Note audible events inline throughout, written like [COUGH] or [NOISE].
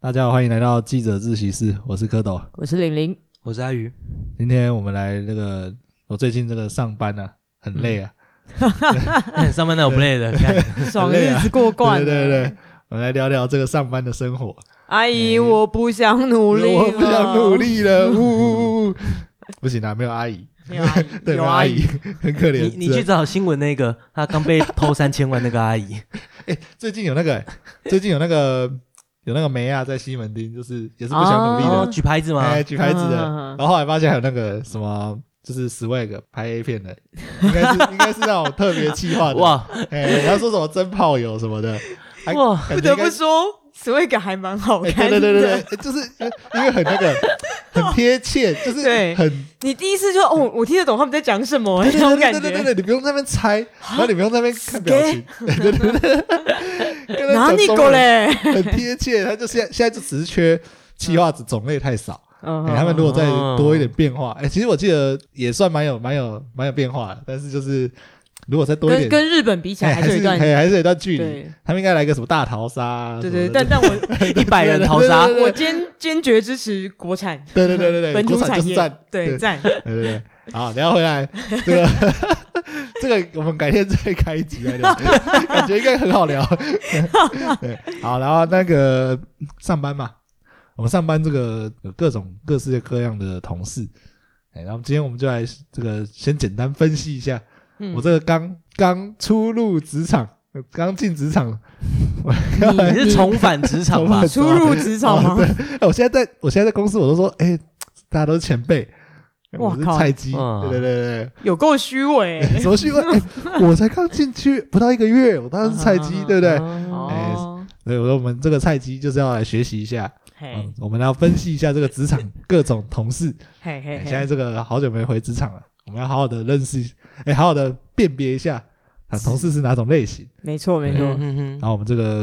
大家好，欢迎来到记者自习室，我是蝌蚪。我是玲玲，我是阿鱼，今天我们来那个，我最近这个上班啊，很累啊， [LAUGHS] 上班那我不累的，看爽累日啊子过惯对了。对对，我们来聊聊这个上班的生活。阿姨，我不想努力，我不想努，力了，呜呜呜呜，不行啊，没有阿姨，没有阿姨对，没有阿姨，，很可怜你。你去找新闻那个，他刚 [LAUGHS] 被偷三千万那个阿姨，最近有那个欸，最近有那个有那个梅啊亚在西门町，就是也是不想努力哦，的，举牌子吗？哎，举牌子的嗯嗯嗯。嗯然后后来发现还有那个什么，就是 swag 拍 A 片的，应该是应该是那种特别气化的。哇哎，然后说什么真炮友什么的，还哇，感不觉得应该不说，所谓感还蛮好哎，看对的。对对对对，哎就是因为很那个，很贴切，就是对很你第一次就哦，我听得懂他们在讲什么，对那种对感对对对觉。对，你不用在那边猜，然后你不用在那边看表情，对对对对对，哎哪里过狗，嘞？很贴切。他就现在现在就只是缺企划子种类太少，嗯哎他们如果再多一点变化，哎，其实我记得也算蛮有蛮有蛮有变化的，但是就是如果再多一跟点，跟日本比起哎来，还还是有一是段哎还是有一段距离，对他们应该来个什么大逃杀啊，对什么对，的但但我一百人逃哎对对对杀对，我坚坚决支持国产对对对对对，本土国产产就是赞业，，对赞。对对对，好，聊回来这个 [LAUGHS] 这个，我们改天再开一集来 [LAUGHS] 聊，感觉应该很好聊。对，好，然后那个上班嘛，我们上班这个有各种各式各样的同事，哎，然后今天我们就来这个先简单分析一下，嗯我这个刚刚初入职场，刚进职场，我要来你 [LAUGHS] 是重返职场吧？重初入职场吗？哎，我现在在我现在在公司，我都说，哎，大家都是前辈，哇我是靠菜鸡，嗯对对对对。有够 [LAUGHS] 虚伪。什么虚 [LAUGHS] 伪？哎我才刚进去不到一个月，我当然是菜啊鸡，对不哎对？哦哦，所以我说我们这个菜鸡就是要来学习一下，嘿嗯，我们要分析一下这个职场各种同事。 [LAUGHS] 嘿哎嘿现在嘿，这个好久没回职场了，我们要好好的认识，哎，好好的辨别一下啊，同事是哪种类型。没错没错嗯。嗯嗯然后我们这个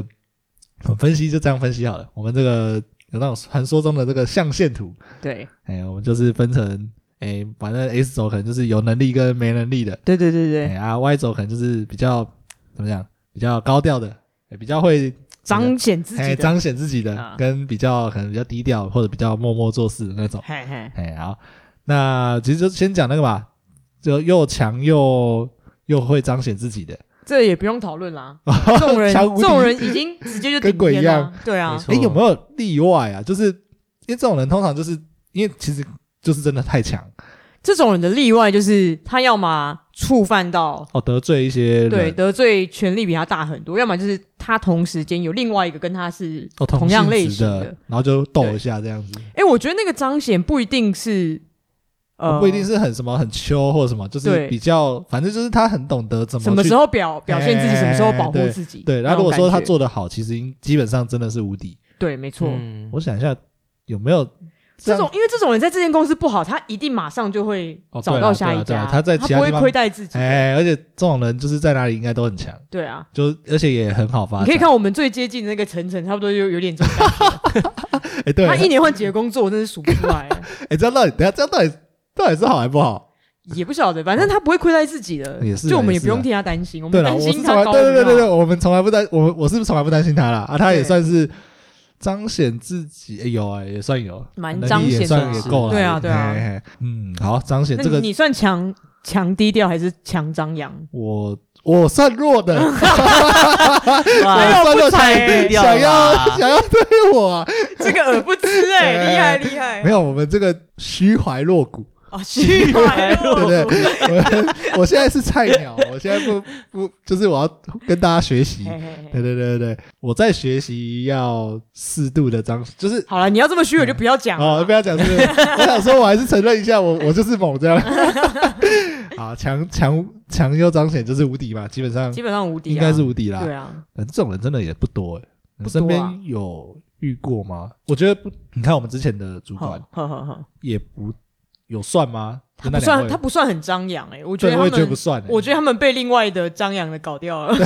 我们分析就这样分析好了，我们这个有那种传说中的这个象限图，对哎，我们就是分成。哎，反正 S 轴可能就是有能力跟没能力的，对对对对，哎啊，Y 轴可能就是比较怎么讲，比较高调的，哎比较会彰显自哎己的，彰显自己的，啊跟比较可能比较低调或者比较默默做事的那种。嘿嘿，哎，好，那其实就先讲那个吧，就又强又又会彰显自己的。这也不用讨论啦。哦这 [LAUGHS] 种人，强无敌这种人 [LAUGHS] 已经直接就顶跟鬼天一了样。对没啊，错哎，有没有例外啊？就是因为这种人通常就是因为其实就是真的太强这种人的例外就是他要么触犯到哦，得罪一些对人得罪权力比他大很多，要么就是他同时间有另外一个跟他是哦，同性样类质型的的。，然后就斗对一下这样子，哎，我觉得那个彰显不一定是，呃，哦不一定是很什么很秋或者什么，就是对比较反正就是他很懂得怎呃什么么去时候表表现自己，哎什么时候保护自己。对，然后那如种果说他感觉做得好，其实应基本上真的是无敌。对，没错。嗯我想一下，有没有这样种，因为这种人在这间公司不好，他一定马上就会哦对找啦到下对啦一对啦家，他在其他不地会方亏待自己。哎，而且这种人就是在哪里应该都很强，对啊，就而且也很好发你展。可以看我们最接近的那个晨晨，差不多就有点这种感觉。哎，对， [LAUGHS] 他一年换几个工作，我真是数不出来，哎，这样到底，等一下这样到底到底是好还不好？也不晓得。反正他不会亏待自己的，也是啊就我也们也是啊不用替他担心，我对们了，担我是心从来他高啊对对对对对，对，我们从来不担我我是不是从来不担心他啦啊，他也对算是彰显自己，哎有哎也算有，蛮能力彰显也的算也是够了，哎对啊对啊嘿，嘿嗯，好，彰显那这个你你算强强低调还是强张扬？ [LAUGHS] 我我算弱 [LAUGHS] 的。 [LAUGHS] 我算哎呦哇弱不想才低调想要啦想要推我啊，这个耳不吃哎哎，厉害厉害没有，我们这个虚怀若谷， [LAUGHS] 啊！虚哦怀对不 [LAUGHS] 若对？谷，我我现在是菜鸟，我现在不不，就是我要跟大家学习。嘿对嘿嘿对对对对，我在学习要适度的张，就是好了，你要这么虚伪就不要讲啊哦，了不。要讲这个， [LAUGHS] 我想说我还是承认一下，我我就是猛这样。好，强强强又彰显就是无敌嘛，基本上基本上无敌啊，应该是无敌啦。对啊，呃这种人真的也不多哎、你不身多啊边有遇过吗？我觉得不，你看我们之前的主管好，好好好，也不有算吗？他就那不两算位他不算很张扬哎，我觉对，得我也觉他得不们。算、欸。我觉得他们被另外的张扬的搞掉 [LAUGHS] 了，得，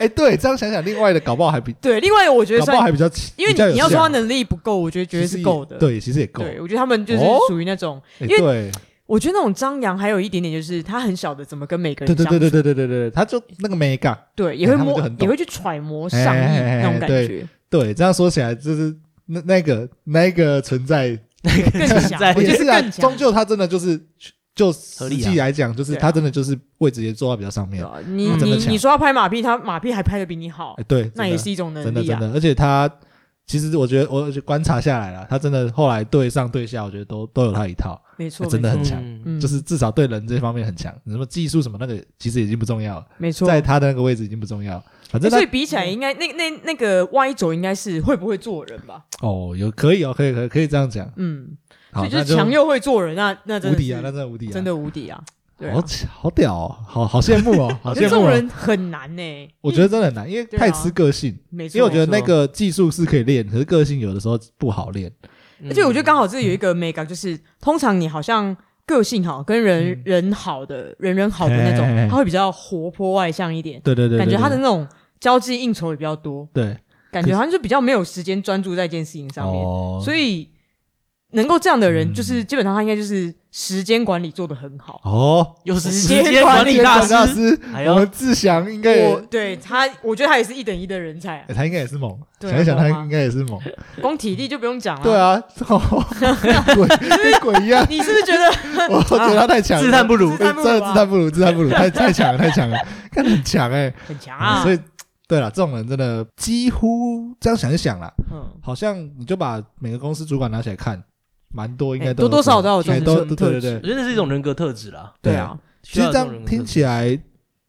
哎、对，这样想想，另外的搞不好还比对。另外，我觉得搞不好算还比较，因为比较有你你要说他像能力不够，我觉得觉得其实是也够的。对，其实也够。对，我觉得他们就是哦属于那种，哎因为对，我觉得那种张扬还有一点点就是他很晓得怎么跟每个对人对相处，对对对对对对，他就那个美感，对也会他们就摸很懂也会去揣摩上意哎哎哎哎那种感对 [LAUGHS] 觉，对，这样说起来就是那那个那个存在，更强，在我也觉得是啊，哎更强终。究他真的就是就实合理啊际来讲，就是对啊他真的就是位置也坐在比较上对面，啊你嗯真的你强你说要拍马屁，他马屁还拍的比你好哎，对，那真也的是一种真能的力真啊。的，而且他其实我觉得我观察下来了，他真的后来对上对下，我觉得都都有他一套，没错，哎真的很没错强嗯嗯，就是至少对人这方面很强，什么技术什么那个其实已经不重要了，没错。在他的那个位置已经不重要，反正他啊所以比起来，应该那那那个 Y 轴应该是会不会做人吧？哦有可以哦，可以可以可以这样讲，嗯，所好，以就那是强又会做人，那那真无的敌啊，是那真的无敌啊，真的无敌啊！对啊好好屌哦，好好羡慕 [LAUGHS] 哦，好可是羡这慕种哦，人很难呢。我觉得真的很难，因为对啊太吃个性，没错，因为我觉得那个技术是可以练，可是个性有的时候不好练，嗯嗯而且我觉得刚好这有一个 mega，就是通常你好像个性好，跟人、嗯人好的人人好的那种，嘿嘿嘿他会比较活泼外向一点，对对对，对感觉他的对那种交际应酬也比较多，对感觉好像就比较没有时间专注在一件事情上面，哦，所以能够这样的人，嗯就是基本上他应该就是时间管理做得很好。哦，又是时时间间管理大大师，哎师，哎还我有们志祥应该也哎我对他，我觉得他也是一等一的人 [LAUGHS] 才啊、欸他应该也是猛，对啊想一想他猛啊应该也是猛，光体力就不用讲了。对，啊， [LAUGHS] 哦跟鬼跟鬼一样， [LAUGHS] 你是不是觉得我觉得他太强了，自叹不如自欸叹不真如啊的自叹不如，自叹不如，太太强了，太强了，看很强哎，很强啊？ [LAUGHS] 所以对了，这种人真的几乎这样想一想啦，嗯，好像你就把每个公司主管拿起来看，蛮多应该欸都有多多少少都有这哎种都这种对特对我对，觉得那是一种人格特质啦。对啊，其实这样听来，起来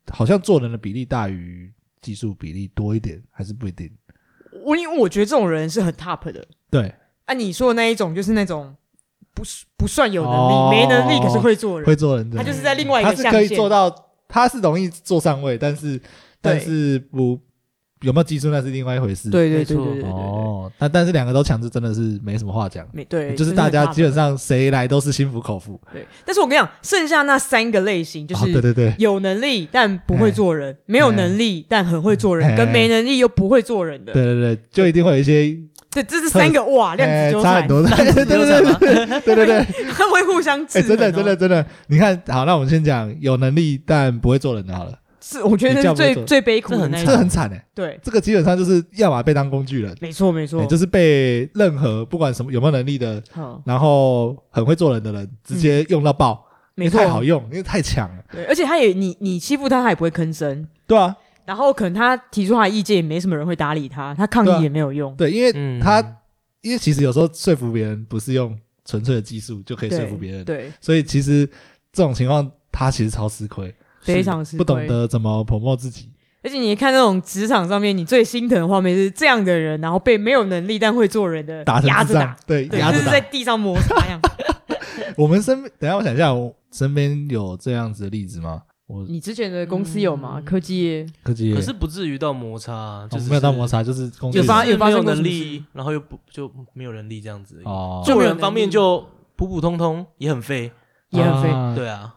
好像做人的比例大于技术比例多一点，还是不一定，我因为我觉得这种人是很 top 的。对，啊，你说的那一种就是那种不是不算有能力，哦没能力可是会做人，会做人的他就是在另外一他个是象可以限做到，他是容易坐上位，但是但对是不有没有技术那是另外一回事。对对没对错对对对对，哦，那但是两个都强制真的是没什么话讲，没对，就是是大家很 top 基本上谁来都是心服口服。对。但是我跟你讲，剩下那三个类型就哦对是。对 [LAUGHS] 对，有能力但不会做人，没有能力但很会做哎人，跟没能力又不会做人的，对对对，就一定会有一些对，这是三个哇，啊量哎子纠差缠很，多的， [LAUGHS] 对对对对对对对 [LAUGHS] 对，它 [LAUGHS] 会互相制哎，衡哦。真的真的真的，你看好，那我们先讲有能力但不会做人的好了，是，我觉得比那较是不会最做最悲苦这的很那一这种。很惨哎，对，这个基本上就是要么被当工具人，嗯没错没错哎，就是被任何不管什么有没有能力的好，然后很会做人的人，直接用到爆，因嗯没为错太，好用，因为太强了。对，而且他也你你欺负他，他也不会吭声，对啊，然后可能他提出他的意见也没什么人会搭理他，他抗对啊议也没有用。对，因为、嗯他因为其实有时候说服别人不是用纯粹的技术就可以说服别人，对，所以其实这种情况他其实超吃亏，非常吃不亏。懂。得怎么 promote 自己。而且你看那种职场上面，你最心疼的画面是这样的人，然后被没有能力但会做人的打成压智着障打，，对，对，压就着是在打。地上摩擦一样。我们身边，等一下我想一下，我身边有这样子的例子吗？我 [LAUGHS] 你之前的公司有吗？嗯科技业科技业哦可是不至于到摩擦，我就是哦没有到摩，擦，就是工具有发人有发没生有过什能么力，然后又不就没有能力这样子而已。哦，做人方面就普普通通，也很废。也很飞，啊对啊，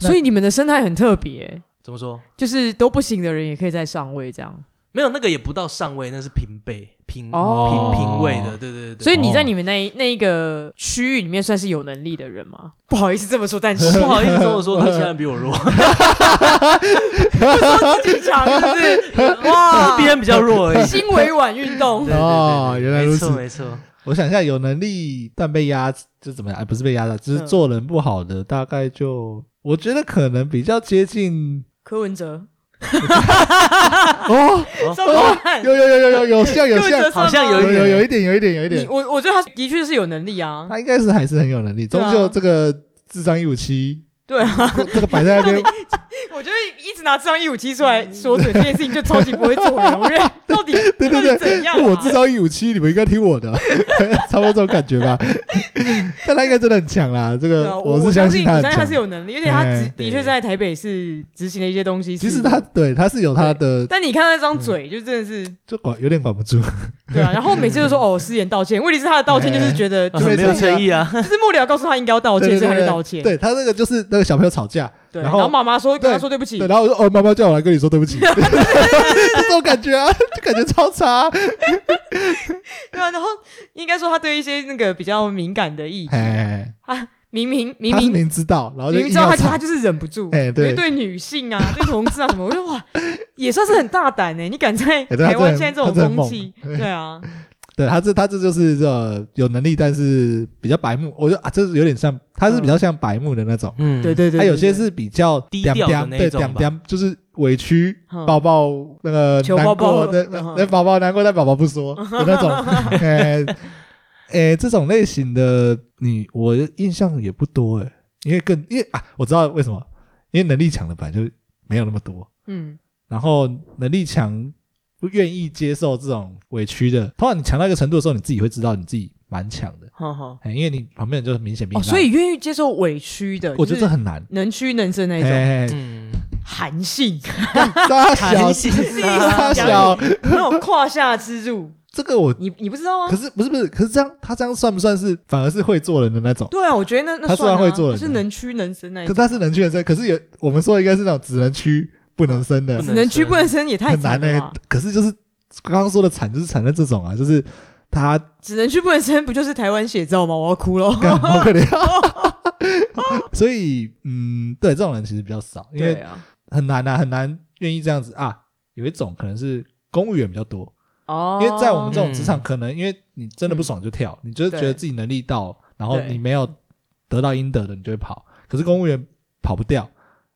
那所以你们的生态很特别，怎么说？就是都不行的人也可以在上位这样。没有那个也不到上位，那是平辈平哦平平位的，对对对。所以你在哦你们那一那一个区域里面算是有能力的人吗？不好意思这么说，但是不好意思这 [LAUGHS] 么说，他现在比我弱，自己强是不啊 [LAUGHS] 是？哇， [LAUGHS] 别人比较弱而已。新委婉运动 [LAUGHS] 对对对对啊哦原来如此没错没错。我想一下，有能力但被压就怎么样？哎，不是被压榨，就是嗯做人不好的，大概就我觉得可能比较接近柯文 [LAUGHS] 哲，哦，赵国汉，有有有有有有像有啊柯文哲像算吗好像有有有有一点有一点有一你点，我我觉得他的确是有能力啊，他应该是还是很有能力，终对啊究这个智商一五七，对啊， [LAUGHS] 这个摆在那边，我觉得一直拿这张一五七出来说嘴这件事情就超级不会做人，我觉得到底 [LAUGHS] 对到对底对，怎样啊？不我智商一五七，你们应该听我的，差不多这种感觉吧。但他应该真的很强啦，这对啊个我是相信我很相信他是强。有能力，而且他哎只的确是在台北市执行的一些东西是。其实他嗯对他是有他的，但你看那张嘴，就真的是就管有点管不住，对啊。然后每次都说哦失言道歉，问题是他的道歉就是觉得嗯哎就就没没有诚意啊诚意啊，是幕僚告诉他应该要道歉，对对所以他就对道歉。对他那个就是那个小朋友吵架，对，然然后后妈妈说跟对他说对不起对，，然后我说哦，妈妈叫我来跟你说对不 [LAUGHS] 起，就这种感觉啊，就感觉超差。啊 [LAUGHS] 对啊，然后应该说他对一些那个比较敏感的议题，哎，啊，明明明他是明明知道，然后就明明硬知道要他就插他，就是忍不住，哎对因为对女性啊，对同志啊什么，我就哇，也算是很大胆欸呢、你敢在哎对他台湾真的现在这种他真的很风猛气，对对啊，对他这他这就是这有能力，但是比较白目，我就啊，这是有点像，他是比较像白目的那种， [LAUGHS] 嗯，对对对，他有些对对是比较低调的嗲嗲那对种嗲吧嗲就是委屈嗯抱抱那个求难抱抱过的嗯那宝宝难过，但宝宝不 [LAUGHS] 说的那种， [LAUGHS] 哎哎，这种类型的你我印象也不多哎，因为更因为啊，我知道为什么，因为能力强的本来就没有那么多，嗯，然后能力强不愿意接受这种委屈的，通常你强到一个程度的时候，你自己会知道你自己蛮强的，好好哎，因为你旁边人就明显比你哦，烂所以愿意接受委屈的，我觉得就这是很难。能屈能伸那一种 [LAUGHS] 哎， [LAUGHS] 嗯，韩信，大小弹性 [LAUGHS] 大啊小， [LAUGHS] 那种胯下之辱，这个我你你不知道可吗？是不是不是，可是这样他这样算不算是反而是会做人的那种？对啊，我觉得那那他算虽啊然会做人是能屈能伸那一可种，他是能屈能伸，可是有我们说应该是那种只能屈不能伸的不，只能屈不能伸也嗯太很难欸惨呢、了吧？可是就是刚刚说的惨，就是惨在这种啊，就是他只能屈不能伸，不就是台湾写照吗？我要哭了。干好可怜、啊。 [LAUGHS] 所以嗯，对这种人其实比较少，因哦对为啊，很难啊，很难愿意这样子啊。有一种可能是公务员比较多，哦，因为在我们这种职场，嗯可能因为你真的不爽就跳，你就是觉得对自己能力到，然后对你没有得到应得的，你就会跑。可是公务员跑不掉，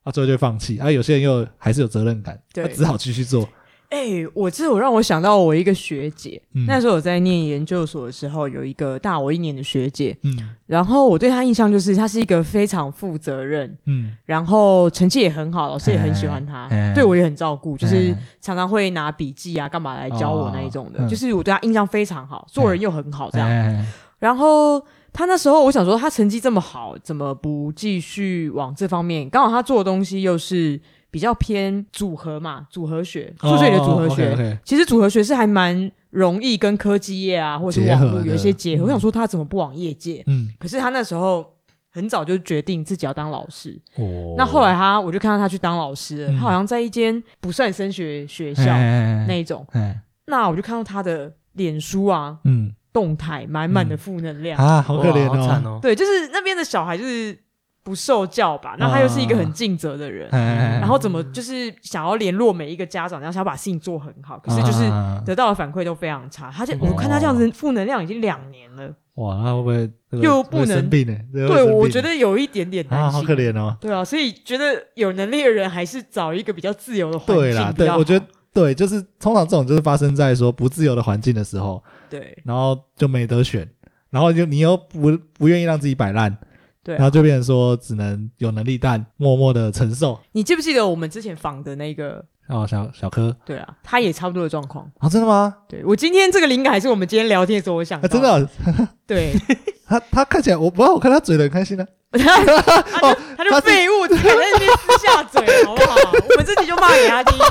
啊，最后就会放弃。啊，有些人又还是有责任感，对他只好继续做。哎、我这有让我想到我一个学姐，嗯那时候我在念研究所的时候，有一个大我一年的学姐，嗯然后我对她印象就是她是一个非常负责任，嗯，然后成绩也很好，老师也很喜欢她，哎哎对我也很照顾，就是哎常常会拿笔记啊干嘛来教我那一种的，哦嗯就是我对她印象非常好，做人又很好这样。哎然后她那时候我想说她成绩这么好，怎么不继续往这方面？刚好她做的东西又是比较偏组合嘛，组合学，数学里的组合学。哦，OK，OK 其实组合学是还蛮容易跟科技业啊，或者是网结合络的有一些结嗯合。我想说他怎么不往业界？嗯，可是他那时候很早就决定自己要当老师。哦那后来他，我就看到他去当老师了。嗯他好像在一间不算升学学校哎那一种。哎那我就看到他的脸书啊，嗯动态满满的负能量。啊，好可怜哇好惨哦，哦，对，就是那边的小孩就是不受教啊吧。那他又是一个很尽责的人，哎哎哎然后怎么就是想要联络每一个家长，然后想要把事情做很好，可是就是啊得到的反馈都非常差。他就哦我看他这样子负能量已经两年了，哇，那会不会这个又不能会生病呢？这个会对哦生病我觉得有一点点啊，担好心。可怜哦。对啊，所以觉得有能力的人还是找一个比较自由的环境对啦，比对较，好我觉得对，就是通常这种就是发生在说不自由的环境的时候，对然后就没得选，然后就你又不不愿意让自己摆烂，对然啊。后就变成说只能有能力但默默的承受。你记不记得我们之前访的那个？哦，小小柯对啊，他也差不多的状况。啊，真的吗？对我今天这个灵感还是我们今天聊天的时候我想啊，到真的哦， [LAUGHS] 对，他他看起来我不知道，我看他嘴的很开心呢。他就他就哦他是废物，只敢在那边私下嘴，好不好？我们这集就骂给他听，哦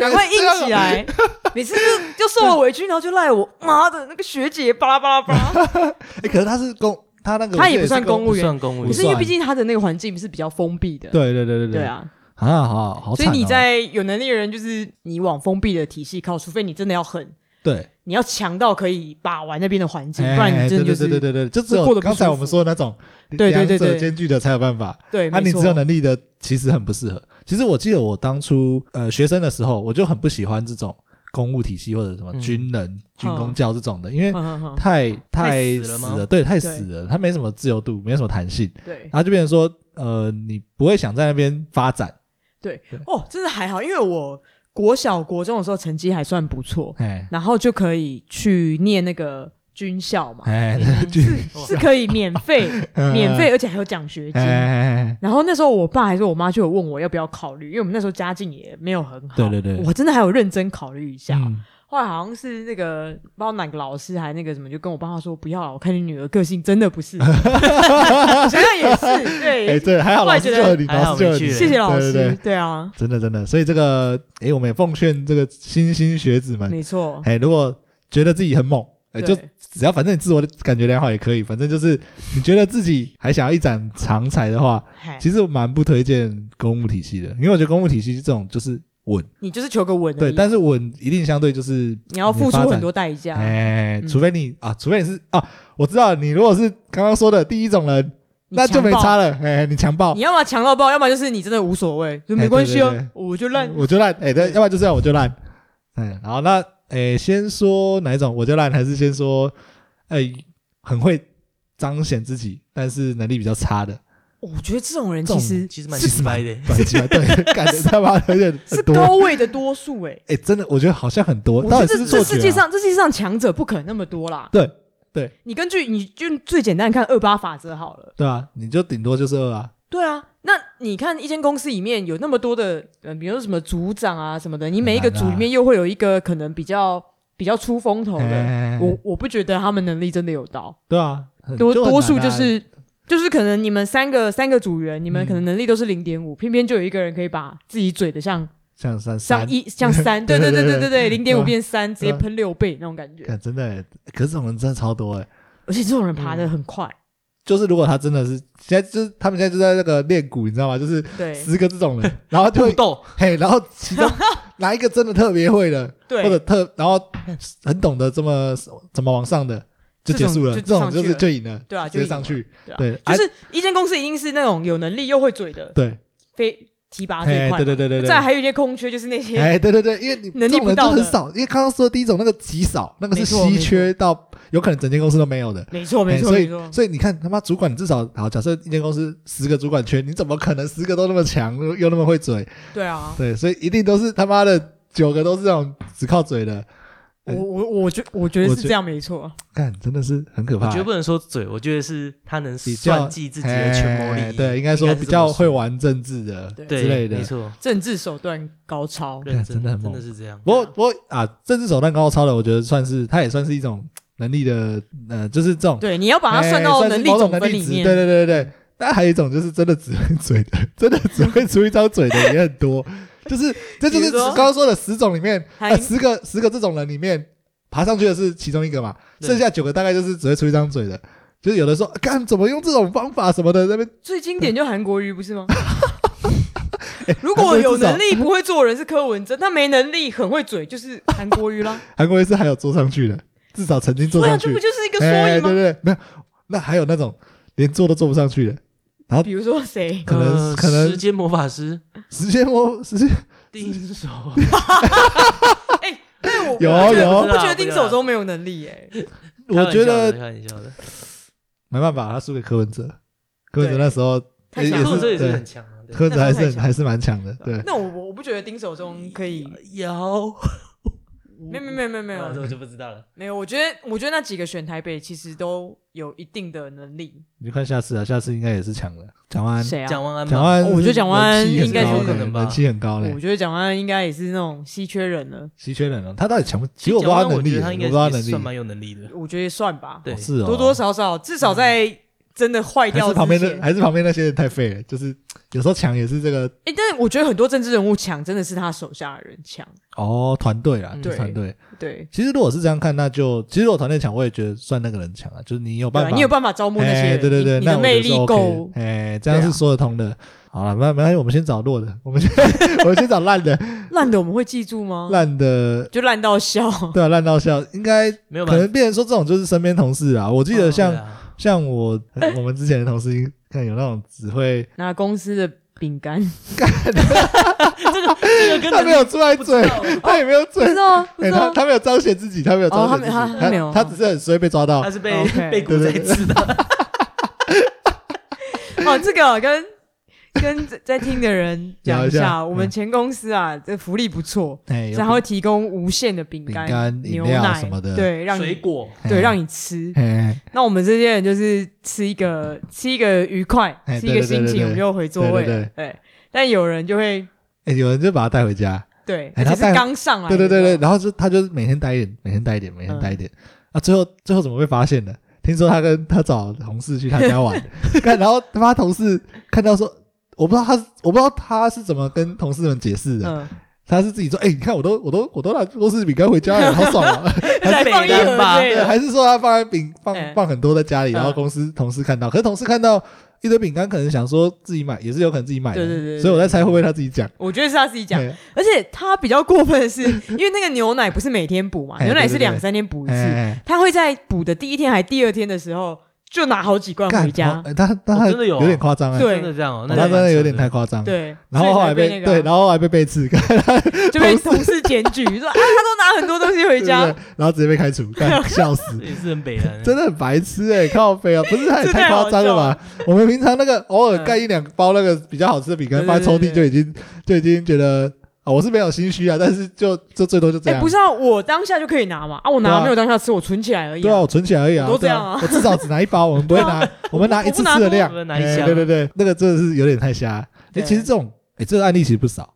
赶快啊硬起 [LAUGHS] 来！哦每次就就受了委屈，然后就赖我，妈的那个学姐巴拉巴拉巴拉。哎，可是他是公，他那个他也我记得不算公公务不员算公务可不员是算因为毕竟他的那个环境是比较封闭的，对对对对对，啊，啊，好好所惨以哦。你在有能力的人，就是你往封闭的体系靠，除非你真的要狠，对，你要强到可以把玩那边的环境，哎不然你真的对对就是对对对，就只会过有得不刚才舒我们服说的那种对对两对者对兼具的才有办法。对，那、没啊你错只 [LAUGHS] 有能力的，其实很不适合。其实我记得我当初呃学生的时候，我就很不喜欢这种公务体系或者什么嗯军人、军工教这种的，因为哼哼哼太太死死了吗了，对，太死了，它没什么自由度，没什么弹性，对然后就变成说，呃，你不会想在那边发展，对哦，真的还好，因为我国小国中的时候成绩还算不错，哎然后就可以去念那个军校嘛，哎， [LAUGHS] 军是是可以免 [LAUGHS] 费免费，而且还有奖学哎金。哎哎，然后那时候我爸还是我妈就有问我要不要考虑，因为我们那时候家境也没有很好，对对对我真的还有认真考虑一下。嗯后来好像是那个不知道哪个老师还那个什么，就跟我爸妈说不要啊了，我看你女儿个性真的 [LAUGHS] 不是，好像也是哎，对，对，还好后老来师觉就得有你，还老好师就有没你去，谢谢老对师，对对对啊，真的真的，所以这个，哎，我们也奉劝这个新兴学子们，没错，哎，如果觉得自己很猛，哎，就哦对只要反正你自我感觉良好也可以，反正就是你觉得自己还想要一展长才的话，嗨其实我蛮不推荐公务体系的，因为我觉得公务体系这种就是稳，你就是求个稳而已。对，但是稳一定相对就是你要付出发展很多代价。哎，嗯除非你啊，除非你是啊，我知道你如果是刚刚说的第一种人，你那就没强暴差了。哎，你强暴你，要么强到爆，要么就是你真的无所谓，就哎没关系啊对对对，我就烂。我就烂。哎，对，要不然就这样，我就烂。嗯，好，那哎，先说哪一种，我就烂，还是先说哎，很会彰显自己，但是能力比较差的，我觉得这种人这其种实其实蛮其实失蛮败的。短期来对， [LAUGHS] 感觉他妈的有点是很多。高位的多数哎。哎，真的，我觉得好像很多，我到觉底得是不这是错觉这啊世界上这世界上强者不可能那么多啦。对对，你根据你就最简单看二八法则好了。对啊，你就顶多就是二啊，对啊，那你看一间公司里面有那么多的，呃，比如说什么组长啊什么的，你每一个很难啊组里面又会有一个可能比较比较出风头的。哎我我不觉得他们能力真的有到，对啊，很多就很多数难就啊是就是可能你们三个三个组员，你嗯们可能能力都是零点五，偏偏就有一个人可以把自己嘴的像像三像三一 [LAUGHS] 像三，对对对对对对，零点对五啊变三，直接对啊喷六倍那种感觉。看真的欸，可是这种人真的超多哎。而且这种人爬得很快，就是如果他真的是现在，就是他们现在就在那个练鼓，你知道吗？就是对十个这种人，然 [LAUGHS] 后就土会豆，嘿，然后其中哪一个真的特别会的，或者对，特然后很懂得这么怎么往上的，就结束了。这这种种就就是上去了就赢了，对啊直就接赢上去，对啊对，就哎是一间公司一定是那种有能力又会嘴的，对，非提拔最哎，快嘛。对对对对再对。还有一些空缺，就是那些哎，对对对，因为你能力这种不人到就的很少，因为刚刚说的第一种那个极少，那个是没错稀缺到有可能整间公司都没有的。 [LAUGHS] 没错没哎错所没以错，所以你看他妈主管，你至少好，假设一间公司十个主管圈，你怎么可能十个都那么强，又又那么会嘴？对啊，对，所以一定都是他妈的九个都是这种只靠嘴的，我我我觉我觉得哎我是觉这样没错，看真的是很可我怕、觉得不能说嘴，我觉得是他能比较算计自己的权谋利哎益。对，应该说比是这么较会玩政治的对对之类的没。错，政治手段高超，对认真真的很猛真的是这样。不过不过啊，政治手段高超的，我觉得算是他也算是一种能力的，呃，就是这种对，你要把它哎算到算是能力某总种分能力里值对对面，对对对。但还有一种就是真的只会嘴的，真的只会出一张嘴的也很多，就是这就比是如说刚刚说的十种里面，还呃，十个十个这种人里面，爬上去的是其中一个嘛，对剩下九个大概就是只会出一张嘴的，就是有的说，干怎么用这种方法什么的，那边最经典就韩国瑜 [LAUGHS] 不是吗？哎如果有能力不会做人是柯文哲，他没能力很会嘴就是韩国瑜啦。韩国瑜是还有坐上去的，至少曾经 [LAUGHS] 坐对上啊，这去不，就是一个缩哎，对影吗？对对，没有，那还有那种连坐都坐不上去的，比如说谁？可能呃可能时间魔 [LAUGHS] 法师时间我时间定手，哎，我有啊我不觉得有我不觉得不知丁道守中没有能力哎。我觉得开玩笑的，没办法，他输给柯文哲，柯文哲对那时候太也也强了柯文这哲是也是对很，强啊。对柯文哲还是那时候太很强还是蛮强的，对，那我我我不觉得丁守中可以，摇，嗯没有没有没有没没啊有这没有我就不知道了。没有，我觉得我觉得那几个选台北其实都有一定的能力。你就看下次啊，下次应该也是强的，蒋万安，谁蒋啊？万安吧，蒋万安哦是，我觉得蒋万安人气很应该高是有的可能吧人气很高嘞我，觉得蒋万安应该也是那种稀缺人了，稀缺人哦，他到底强不？其其实我实不知蒋道万安他能我觉力，我不得他应该知道他也能是算力，蛮有能力的。我觉得算吧，对哦，是哦，多多少少至少在真的坏还掉是之旁边前的，还是旁边那些人太废了，就是有时候强也是这个哎，但我觉得很多政治人物强，真的是他手下的人强。哦团队啦，嗯就是团队。对，其实如果是这样看，那就其实我团队强，我也觉得算那个人强啊，就是你有对办吧，法，你有办法招募那些哎人，对对对，你那的我魅觉得是力 OK 够啊的，哎，这样是说得通的。好了，没没关系，我们先找弱的，我们先 [LAUGHS] 我们先找烂的， [LAUGHS] 烂的我们会记住吗？烂的。就烂到笑。对啊，烂到笑，应该没有吧可？能变成说这种就是身边同事啊。我记得像、哦对啊像我呃我们之前的同事，看有那种只会拿公司的饼干，这啊个跟他没有出来嘴，他也没有哦不嘴知，道不哎、知他道。他没有彰显自己，他没有彰显自己，哦他没他他没有他只是很随便被抓到他。是被哦 OK [LAUGHS] 被古仔吃的。哦，这个跟跟在在听的人讲聊一下嗯我们前公司啊，这福利不错，哎，有然后会提供无限的饼饼干饮牛料奶什么的对， [LAUGHS] 让水你果，对让你你吃。哎，那我们这些人就是吃一个吃一个愉快，哎吃一对个对对心对对情，我们就回座位对了对。对，但有人就会哎有人就把他带回家，对，哎而他且是带刚上来的对时候，对对对，然后就他就每天带一点，每天带一嗯点，每天带一点，啊，最后最后怎么被发现的？听说他跟他找同事去他家 [LAUGHS] 玩，看，然后他妈同事看到说，我不知道他是我不知道他是怎么跟同事们解释的，嗯，他是自己说，哎、你看我都我都我都拿螺丝饼干回家 [LAUGHS] 了，好爽啊！来放一盒之类对，的，还是说他放在饼 [LAUGHS] 放嗯放很多在家里，然后嗯公司同事看到，可是同事看到一堆饼干，可能想说自己买，也是有可能自己买的，对对对对所以我在猜会不会他自己讲，哎我觉得是他自己讲。对而且他比较过分的是，因为那个牛奶不是每天补嘛，哎牛奶对是对对两三天补一哎哎次，哎他会在补的第一天还第二天的时候就拿好几罐干回家好，哎他他他哦真的有啊点夸张哎，对真的这样哦，哦那他真的有点蛮扯太夸张，。对，然后后所以来才被那个啊对，然后后来被背刺，干就被同事检举，说啊，他都拿很多东西回对家 [LAUGHS] 对，哎对然后直接被开 [LAUGHS] 除，干笑死。这也是很北人，真的很白痴哎、靠背啊！不是，他也这太太好夸张了吧？我们平常那个偶尔嗯盖一两包那个比较好吃的饼干，对对放在抽屉就对对已经就已经觉得啊，我是没有心虚啊，但是就就最多就这哎、样不。是啊，我当下就可以拿嘛，啊，我拿对啊了没有当下吃，我存起来而已、对啊，我存起来而已啊，我都对这样啊啊，我至少只拿一 [LAUGHS] 包，我们不会拿，我们拿一次吃的量我不，拿哎多我们拿一箱对对对，那个真的是有点太瞎。哎，对其实这种哎，这个案例其实不少，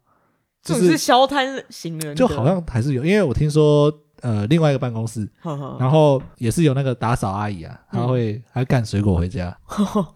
这就种是是消摊型人的，就好像还是有，因为我听说呃，另外一个办公室，呵呵，然后也是有那个打扫阿姨啊，嗯她会她干水果回 [LAUGHS] 家，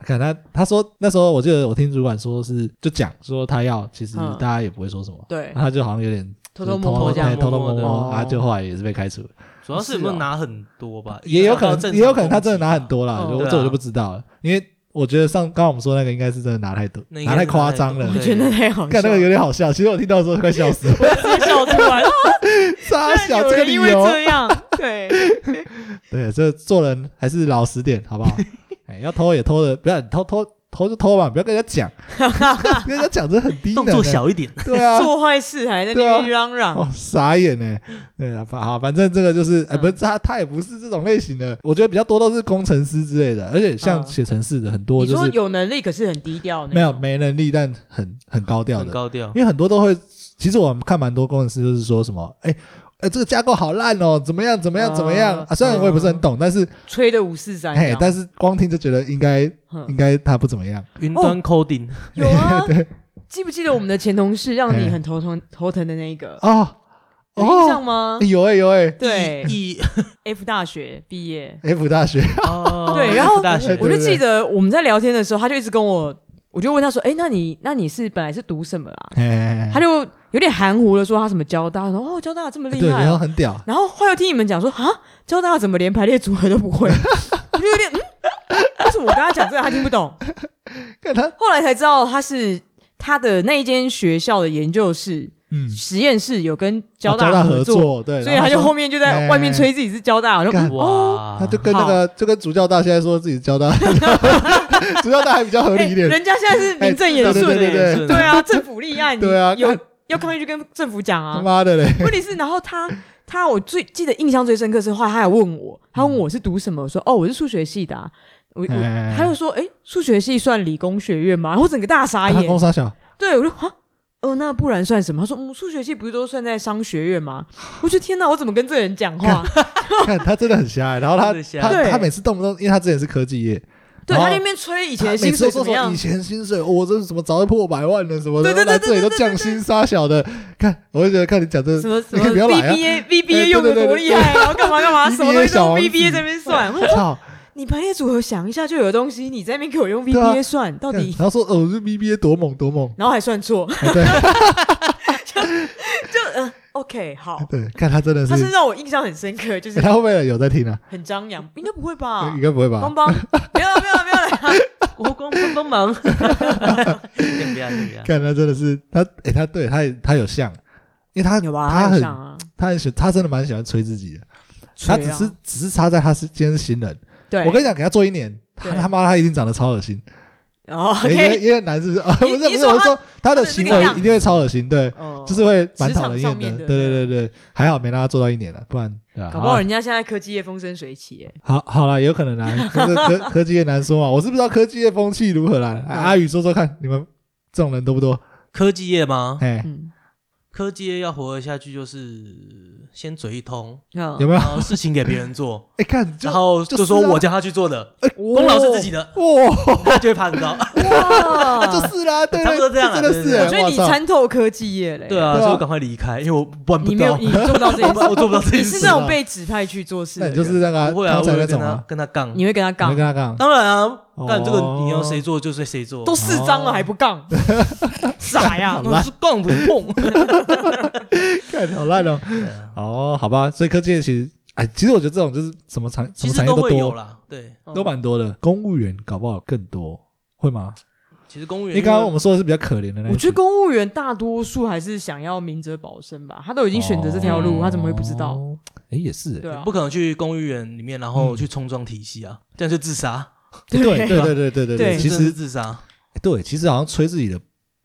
看她她说那时候我记得我听主管说是就讲说她要，其实嗯大家也不会说什么，对，她就好像有点偷偷摸摸这哎样，偷偷摸摸摸摸的啊，就后来也是被开除，主要是有没有拿很多吧，也啊有可一个能人哦也有可能她真的拿很多啦，嗯我对啊这我就不知道了，因为我觉得上刚刚我们说那个应该是真的拿太多，那应拿该太是夸张了拿我太。多觉得太好笑看那了，个有点好笑，其实我听到的时候快笑 [LAUGHS] 死了，直接笑 [LAUGHS] 出来了。傻居小然有这个人理因为由，[LAUGHS] 这样，啊对，对，这做人还是老实点，好不好？哎，要偷也偷的，不要你偷偷偷就偷吧，不要跟人家讲，跟人家讲这很低能、动欸。作小一点，对啊，做坏事还在那对啊边嚷嚷，哦，傻眼呢、对啊，反好，反正这个就是，哎、嗯不是他，他也不是这种类型的，我觉得比较多都是工程师之类的，而且像嗯写程式的很多你就说是有能力可是很低调那种，没有没能力，但很很高调很的，高调。因为哦很多都会，其实我们看蛮多工程师就是说什么，哎、哎，这个架构好烂哦，怎么样怎么样怎么样、啊啊？虽然我也不是很懂，但是吹的五四三这哎样，，但是光听就觉得应该哼应该他不怎么样。云端 coding [LAUGHS] 有啊，记不记得我们的前同事让哎你很头疼头疼的那一个，哦有印象哦，吗？有哎、有哎、对 [LAUGHS] 一，F 大学毕业， f 大学，哦，对然后复大学对我就对记得我们在聊天的时候，他就一直跟我，我就问他说：“哎、那你那你是本来是读什么啊？”哎他就有点含糊的说他什么交大，然后哦交大这 [LAUGHS] 么哎对，厉害然啊、后很屌，然后后来又听你们讲说啊交大怎么连排列组合都不会， [LAUGHS] 我就有点嗯，为什么我跟他讲这个他听不懂？看他，后来才知道他是他的那一间学校的研究室嗯，实验室有跟交哦大合合作，作，对，所以然他就说哎后面就在外面吹自己是交大，然哦后干哦哇，他就跟那个就跟主教大现在说自己是 [LAUGHS] 交大，主教大还比较合理一点，哎人家现在是名正言对顺对的、对对对对啊，政府立案，你对啊有看要抗议就跟政府讲他 [LAUGHS] 啊。妈的嘞，问题是，然后他他我最记得印象最深刻是，后来他还问我，他问我是读什么，我说哦我是数学系的、啊，我我哎他就说哎数学系算理工学院吗？然后我整个大傻他工眼，商 [LAUGHS] 小，对我就啊。哦，那不然算什么？他说，嗯，数学系不是都算在商学院吗？我觉得天哪，我怎么跟这人讲话？看他真的很瞎欸，然后他真的瞎他对他每次动不动，因为他之前是科技业，然对他后在那边吹以前他的每薪次水都说怎么什么样以？前薪水，我这是什么早就破百万了什么的，对对对来对这里都对对降薪杀小的，看我就觉得看你讲这 [LAUGHS] 什么什你么可以不要来啊 VBA VBA 哎用的对对对多厉害，然 [LAUGHS] 后干嘛干嘛， VBA 什么东西小都用王子 VBA 在那边 [LAUGHS] 算。我操，你排列组合想一下就有东西，你在那边给我用对啊 VBA 算， [LAUGHS] 到看底然后说哦，这 BBA 多猛多 [LAUGHS] 猛，然后还算错，哎对就嗯 OK 好，对，看他真的他是哎是，让我印象很深刻，就哎是他会不会有在听啊？很张扬，应该不会吧应？该不会吧邦？邦， [LAUGHS] 不要了不要了不要了，我光帮帮忙，先不要先不要，看他真的是他，哎，他对他也他有像，因为他 [LAUGHS] 有吧？他他有很想啊，他很喜，他真的蛮喜欢吹自己的，吹他啊只是只是差在他是今天是新人，对，我跟你讲，给他做一年，他对他妈他一定长得超恶心，哦因为 OK，因为男是啊，不你是不你是，说我他说他的他的行那个为样一定会超恶心，对，哦就是会蛮职讨场人上厌面的，的对对对对，还好没让他做到一年了，不然对啊搞不好好人家现在科技业风生水起，哎好好了，有可能啊，可是科科技业难说嘛，我是不知道科技业风气如何啦，啊阿宇说说看，你们这种人多不多？科技业吗？哎，嗯，科技业要活得下去，就是先嘴一通，有嗯没有然？后事情给别人做 [LAUGHS] ，哎，看就然后就就说是啊我叫他去做的，哦哎 [LAUGHS] 功劳是自己的，哇，他就会爬很高。哇，啊， [LAUGHS] 就是啦，对，差不多这样啊真的是，对我觉得你哇操参透科技业嘞。对啊，对啊所以我赶快离开，因为我办不你没有，到，你做不到这 [LAUGHS] 件我事。做不到这你件是事那啊种被指派去做事的那人，你就是那个啊不会啊，刚我才会那跟种他啊，跟他杠。你会跟他你杠会，跟他杠，当然啊，干这个哦你要谁做就是谁做，啊都四张了哦还不杠，[LAUGHS] 傻呀！好啦是杠不 [LAUGHS] 碰。干好烂哦，[LAUGHS] 啊哦，好吧，所以科技业其实，哎，其实我觉得这种就是什么产什其么实产业都会有多，啦，对，都蛮多的，公务员搞不好更多，会吗？其实公因务员为因为刚刚我们说的是比较可怜的那一群，我觉得公务员大多数还是想要明哲保身吧，他都已经选择这条路，哦他怎么会不知道？？哎，也是欸，对啊不，可能去公务员里面，然后去冲撞体系啊，这样就自杀，对对对对对对对其啊真的是实自杀，对，其实好像吹自己的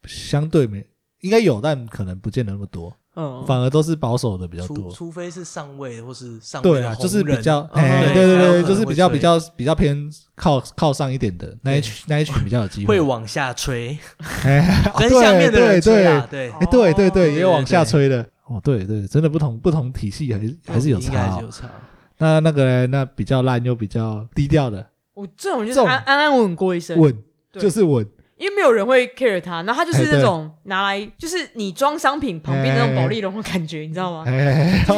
相对没应该有，但可能不见得那么多，嗯，反而都是保守的比较除多。除非是上位或是上位对的啊，红就是比人较，哎，对对对对，才有可能就是比较会比较比较偏靠靠上一点的那一群，那一群比较有机会会。往下吹， [LAUGHS] 哎，跟对下面的对人吹对啊，，对，哎，对对哦对，也有往下对对对吹的。哦，对对，真的不同不同体系还是还是有应该差还哦是。有差。那那个嘞那比较烂又比较低调的，我这种就这是种安安安稳稳过一生，稳对就是稳，因为没有人会 care 他，然后他就哎是对那种拿来就是你装商品旁边那种保利龙的感觉，你知道哦吗？哎， [LAUGHS]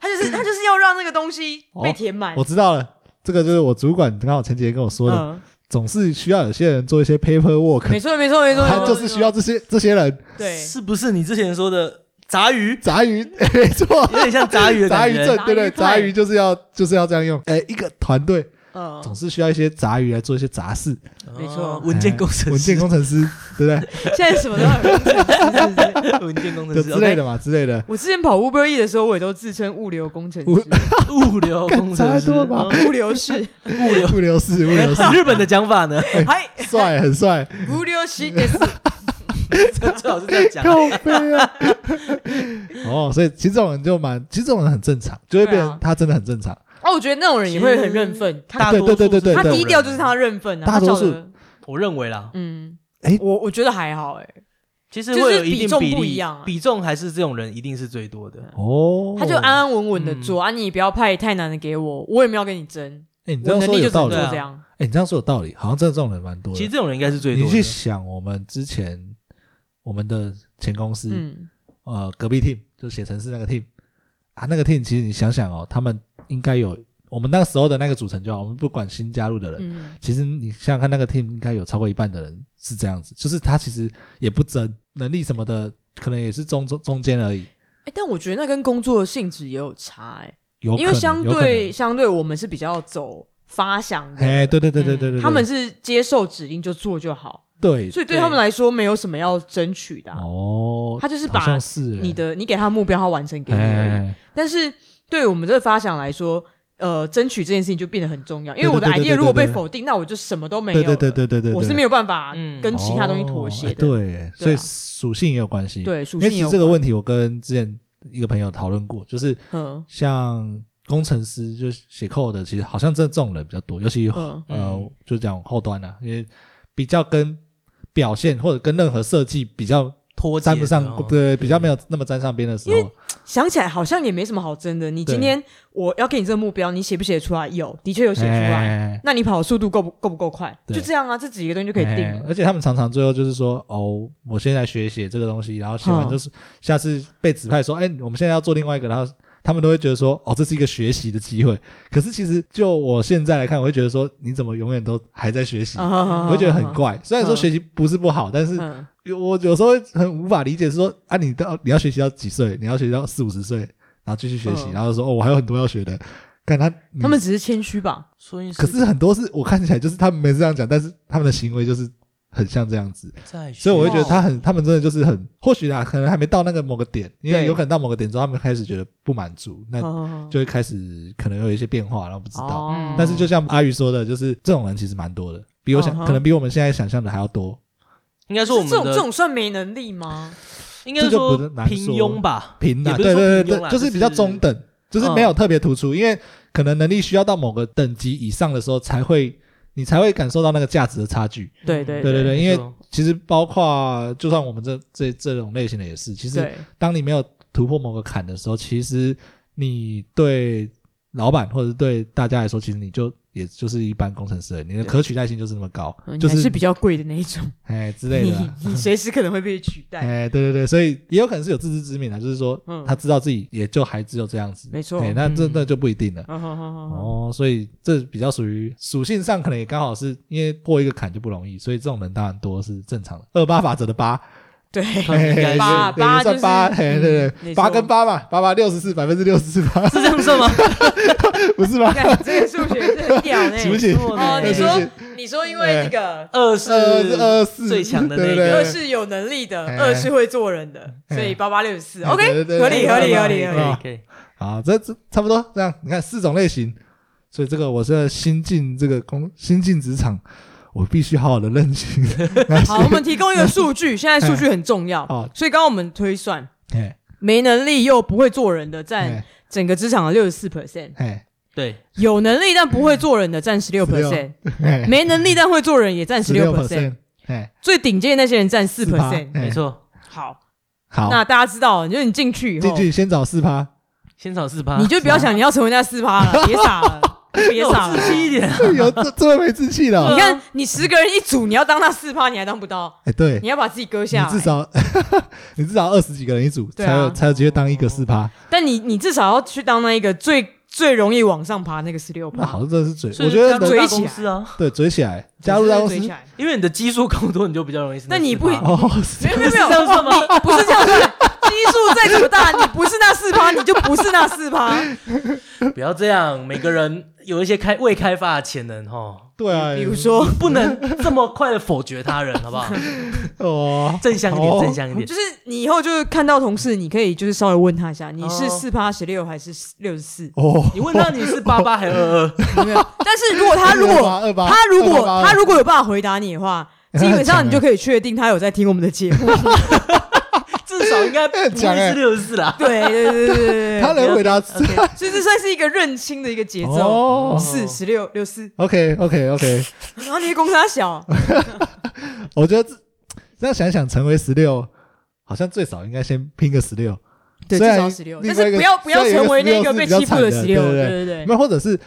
他就是他就是要让那个东西哦被填满我。知道了，这个就是我主管刚好陈杰跟我说的，嗯，总是需要有些人做一些 paperwork，没错没错没错，没他错就是需要这些这些人 [LAUGHS] 对是不是你之前说的杂鱼？杂鱼， [LAUGHS] 没错，有点像杂鱼的 [LAUGHS] 杂感鱼觉，证，对对，杂杂鱼派鱼就是要就是要这样用，哎，一个团队嗯总是需要一些杂鱼来做一些杂事，哎没错哦文件工程师，文件工程师，对不对？现在什么都要有人哎 [LAUGHS] 证是不是 [LAUGHS] 文件工就程师之类的嘛，之类的，我之前跑 Uber E 的时候，我也都自称物流工程物师、 OK，物流工程干师哦差，多吧 [LAUGHS] 物流 [LAUGHS] 师，物流物流室，物流室，日本的讲法 [LAUGHS] 呢，哎嗨，帅，很帅，物流 [LAUGHS] 师的是最好是这样讲。靠背啊！哦，所以其实这种人就蛮，其实这种人很正常，就会变对成啊他真的很正常。哦，我觉得那种人也会很认份，他大多数对对对对他对低调就是他，的认份啊，大多数他晓得，我认为啦，嗯，哎我我觉得还好，哎，其实会有就是一比定重比不例一样啊比重还是这种人一定是最多的。哦，他就安安稳稳的做啊，你不要派太难的给我，我也没有跟你争，哎、你这我样能说力就有只道能理。做哎、对啊这样，你这样说有道理，好像真的这种人蛮多的。其实这种人应该是最多你的。去想，我们之前我们的前公司，嗯，呃，隔壁 team 就写程式那个 team 啊，那个 team 其实你想想哦，他们应该有我们那时候的那个组成就好，我们不管新加入的人，嗯，其实你想想看，那个 team 应该有超过一半的人是这样子，就是他其实也不争，能力什么的，可能也是中中中间而已。哎，但我觉得那跟工作的性质也有差，哎，有可能因为相有可对能相对我们是比较走发想的，哎，对对对对对对对，嗯他们是接受指令就做就好，对所以对他们来说没有什么要争取的啊，哦，他就是好把像是哎你的你给他目标，他完成给你而已。哎，但是对我们这个发想来说，呃，争取这件事情就变得很重要，因为对我的对对 idea 对如果被对否定，那我就什么都没有对了。对对对对对，我是没有办法嗯跟其他东西妥协的。哦哎对，所以对啊属性也有关系。，对，属因为性其也有实这个关问题，我跟之前一个朋友讨论过，就是嗯像工程师就是写 code 的，其实好像这这种人比较多，尤其嗯呃，就讲后端啊，因为比较跟表现或者跟任何设计比较脱啊沾不上，哦对，比较没有。有那么沾上边的时因为候，想起来好像也没什么好争的。你对今天我要给你这个目标，你写不写得出来？有，的确有写出来。哎那你跑的速度够不够不够快？对就这样啊，这几个东西就可以定哎了。而且他们常常最后就是说，哦，我现在学写这个东西，然后写完嗯就是下次被指派说，哎，我们现在要做另外一个，然后他们都会觉得说，哦，这是一个学习的机会。可是其实就我现在来看，我会觉得说，你怎么永远都还在学哦习？我我会觉得很。怪。虽然说学习不是不好，但是嗯，我有时候会很无法理解，是说啊，你到你要学习到几岁？你要学习到四五十岁，然后继续学习，嗯然后说哦，我还有很多要学的。看他，你他们只是谦虚吧？所以可是很多是我看起来就是他们没这样讲，但是他们的行为就是很像这样子，在学所以我会觉得他很，他们真的就是很，或许啊，可能还没到那个某个点，因为对有可能到某个点之后，他们开始觉得不满足，那哦嗯就会开始可能有一些变化，然后不知道。哦但是就像阿宇说的，就是这种人其实蛮多的，比我想嗯哼可能比我们现在想象的还要多。应该说我这们种这的种算没能力吗？应该是这个说不是难说平庸吧，平也啊，不对对是嗯说对平庸对，啦就是比较中。等，就是没有特别突出，因为可能能力需要到某个等级以上的时候，才会你才会感受到那个价值的差距。嗯对对对对对，因没为错其实包括就算我们这这这种类型的也是，其实对，当你没有突破某个坎的时候，其实你对老板或者对大家来说，其实你就也就是一般工程师而已，你的对可取代性就是那么高嗯，就你还是比较贵的那一种，哎之类你的啊。你随时可能会被取代。哎，对对对，所以也有可能是有自知之明的，就是说嗯他知道自己也就还只有这样子，没错哎那这嗯那就不一定了。哦好好好好哦，所以这比较属于属性上，可能也刚好是因为过一个坎就不容易，所以这种人当然多是正常的。二八法则的八，对， [LAUGHS] 嘿嘿该嘿哎是八对八也就是算八，嘿，对嗯没对，八错跟八嘛，八八六十四，百分之六十四八，是这么说吗？ [LAUGHS] 不是吗？看这个数学是很屌 [LAUGHS] 呢。行不行？错呢哦，你对说对你说因为那个 [LAUGHS] 二是二四呃二四最强的那对个哎对二对是有能力的，哎二是会做人的，哎所以八八六十四哎对，OK，对对合理对合理对合理合对啊对理。可以可以，好，这这差不多这样。你看四种类型，所以这个我是新进这个工新进职场，我必须好好的认清。 [LAUGHS] 好，我们提供一个数据，现在数哎据很重要好，所以刚刚我们推算，哎没能力又不会做人的占哎整个职场的六十四 percent，哎对，有能力但不会做人的占十六 percent，哎，没能力但会做人也占十六 percent， percent，哎，最顶尖的那些人占四4% percent。哎没错，好，好，那大家知道，就是你进去以进后，去先找四趴，先炒四趴，你就不要想你要成为那四趴了，别傻了，别傻了有。自信一点啊，有哎这这么没志气的哦。你看，你十个人一组，你要当那四趴，你还当不到，哎，对你，要把自己割你下来。至少 [LAUGHS] 你至少二十几个人一组，对才啊有才有机会当一个四趴。但你你至少要去当那一个最最容易往上爬那个十六那趴，好，这是嘴，所以我觉得加入能嘴大起公来司啊，对嘴起来，加入大公司就是追起来因为你的基数够多，你就比较容易是那你4%不一哦， [LAUGHS] 是没有没有没有，是这样算吗你不是这样算，基数再怎么大，你不是那四趴，你就不是那四趴。哎不要这样，每个人有一些开未开发的潜能哈，对啊，比如说，不能这么快的否决他人，好 [LAUGHS] 不好？哦，正向一哦点，正向一点就。是你以后就是看到同事，你可以就是稍微问他一下，你是哦四趴十六还是六十四？哦，你问他你是八八还是二二，有没有？但是如果他如果 [LAUGHS] 二八，他如果288他如果有办法回答你 [LAUGHS] 的话，哎基他很本上强你就可以确定他有在听我们的节 [LAUGHS] 目。至少应该不讲会欸是六十四啦。对对对对对他对，能回答啊 OK，所以这算是一个认清的一个节奏。哦四十六六四， ，OK OK OK，然后你公他小，我觉得这这样想一想，成为十六，好像最少应该先拼个十六，对，虽至然少十六，但另外是一个不要不要虽然有成一个为那16个是被比较欺负惨的的十六，对对对对对对。那或者是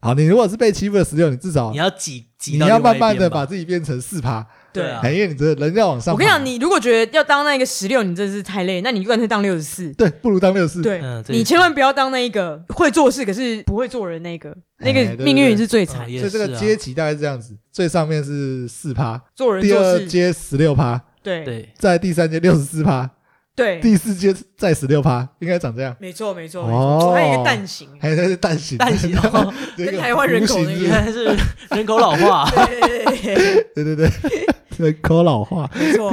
好，你如果是被欺负的十六，你至少你要挤挤哦你到要另外慢一慢的边吧把自己变成四趴，对啊哎，因为你这人要往上我爬，跟你讲，你如果觉得要当那个十六，你真的是太累，那你就干脆当六十四。对不如当六四，对嗯，对你千万不要当那一个会做事可是不会做人那个，那哎个对对命运对是最啊惨。哦也所以这是个啊阶级大概是这样子，最上面是四趴，做人第做二事，阶十六趴，对对在第三阶六十四趴，对，第四阶再十六趴，应该长这样。没错没错。哦没错，还有一个蛋形，还有那是蛋形，蛋形哦，这个跟台湾人口无那形个之 [LAUGHS] 原来是人口老化，啊 [LAUGHS] 对对对对，对对对，人口老化。没错。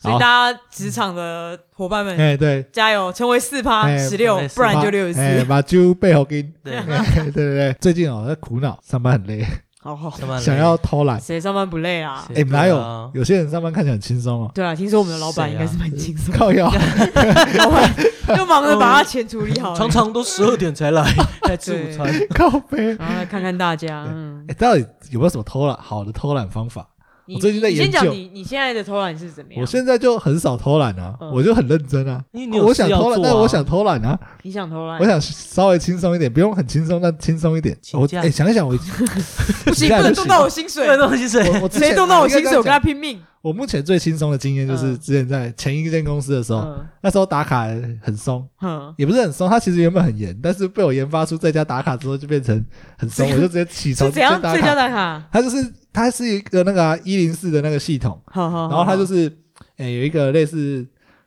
所以好大家职场的伙伴们，哎，对，加油，成为四趴哎十六成为，4%不然就六十哎四。把酒背后给你。对，哎对对对，最近哦在苦恼，上班很累，好好，上班累想要偷懒。谁上班不累啊？哎，哪对啊有？有些人上班看起来很轻松哦，对啊，听说我们的老板谁应啊该是蛮轻松，靠腰。老 [LAUGHS] 板就忙着把他钱处理好了，常常都十二点才来 [LAUGHS] 来吃午餐，靠背。然后来看看大家。嗯，哎，到底有没有什么偷懒好的偷懒方法？你我最近在你先研究讲你你现在的偷懒是怎么样？我现在就很少偷懒啊，嗯我就很认真啊。因为你有我想事要偷懒，做啊但我想偷懒啊，你想偷懒我，想稍微轻松一点，不用很轻松，但轻松一点。请我假哎，想一想，我 [LAUGHS] 不行，现在不能不动行到我薪这水个，东西是我我之前谁动到我薪水，我应该这样跟他讲拼命。我目前最轻松的经验就是嗯之前在前一间公司的时候，嗯那时候打卡很松，哼，也不是很松，它其实原本很严，但是被我研发出在家打卡之后就变成很松，我就直接起是床直怎样接最佳卡。打卡？它就是它是一个那个一零四的那个系统，好好，然后它就是是诶、有一个类似，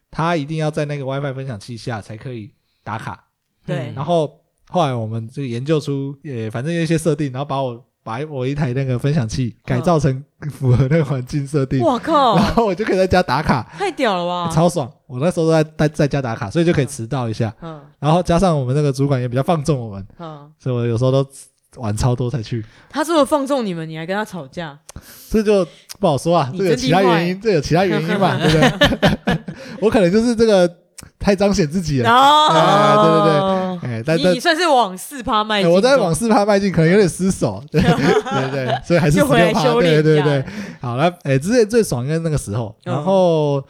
它一定要在那个 WiFi 分享器下才可以打卡。对然后后来我们就研究出，呃，反正有一些设定，然后把我把我一台那个分享器改造成符合那个环境设定，我靠，然后我就可以在家打卡，太屌了吧！超爽。我那时候都在在在家打卡，所以就可以迟到一下。嗯然后加上我们那个主管也比较放纵我们，嗯，所以我有时候都晚超多才去，他这么放纵你们，你还跟他吵架，这就不好说啊。你这有真其他厉害原因，这有其他原因 [LAUGHS] 嘛，对不对？ [LAUGHS] 我可能就是这个太彰显自己了，哎对对对哦，哎，但你但你算是往四趴迈哎进，我在往四趴迈进，可能有点失手，对对 [LAUGHS] 对，所以还是就十回来六趴，修炼对对一下对。好了，哎、之前最爽应该是那个时候，嗯然后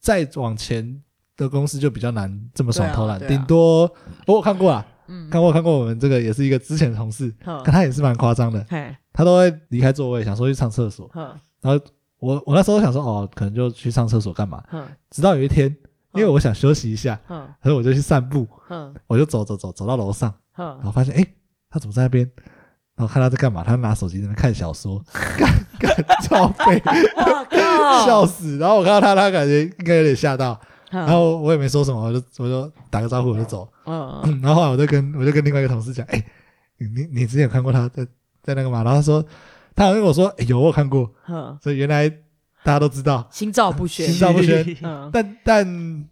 再往前的公司就比较难这么爽偷懒，对啊对啊顶、多、哦我有看过啦，嗯，看我有看过我们这个也是一个之前的同事，呵可，他也是蛮夸张的，嘿，他都会离开座位想说去上厕所。呵，我我那时候想说哦，可能就去上厕所干嘛？呵，直到有一天，嗯因为我想休息一下，呵，所以我就去散步，呵，我就走走走走到楼上，然呵，后发现哎、诶他怎么在那边？然后看他在干嘛？他拿手机在那边看小 [LAUGHS] 说，干干超背，哇靠，笑死！然后我看到他，他感觉应该有点吓到，呵，然后我也没说什么，我就我就打个招呼我就走。嗯， [LAUGHS] 然后后来我就跟我就跟另外一个同事讲，哎、你你你之前有看过他在在那个嘛？然后他说他好像跟我说、诶有我有看过，呵，所以原来大家都知道，心照不宣，心照不 [LAUGHS] 宣嗯，但但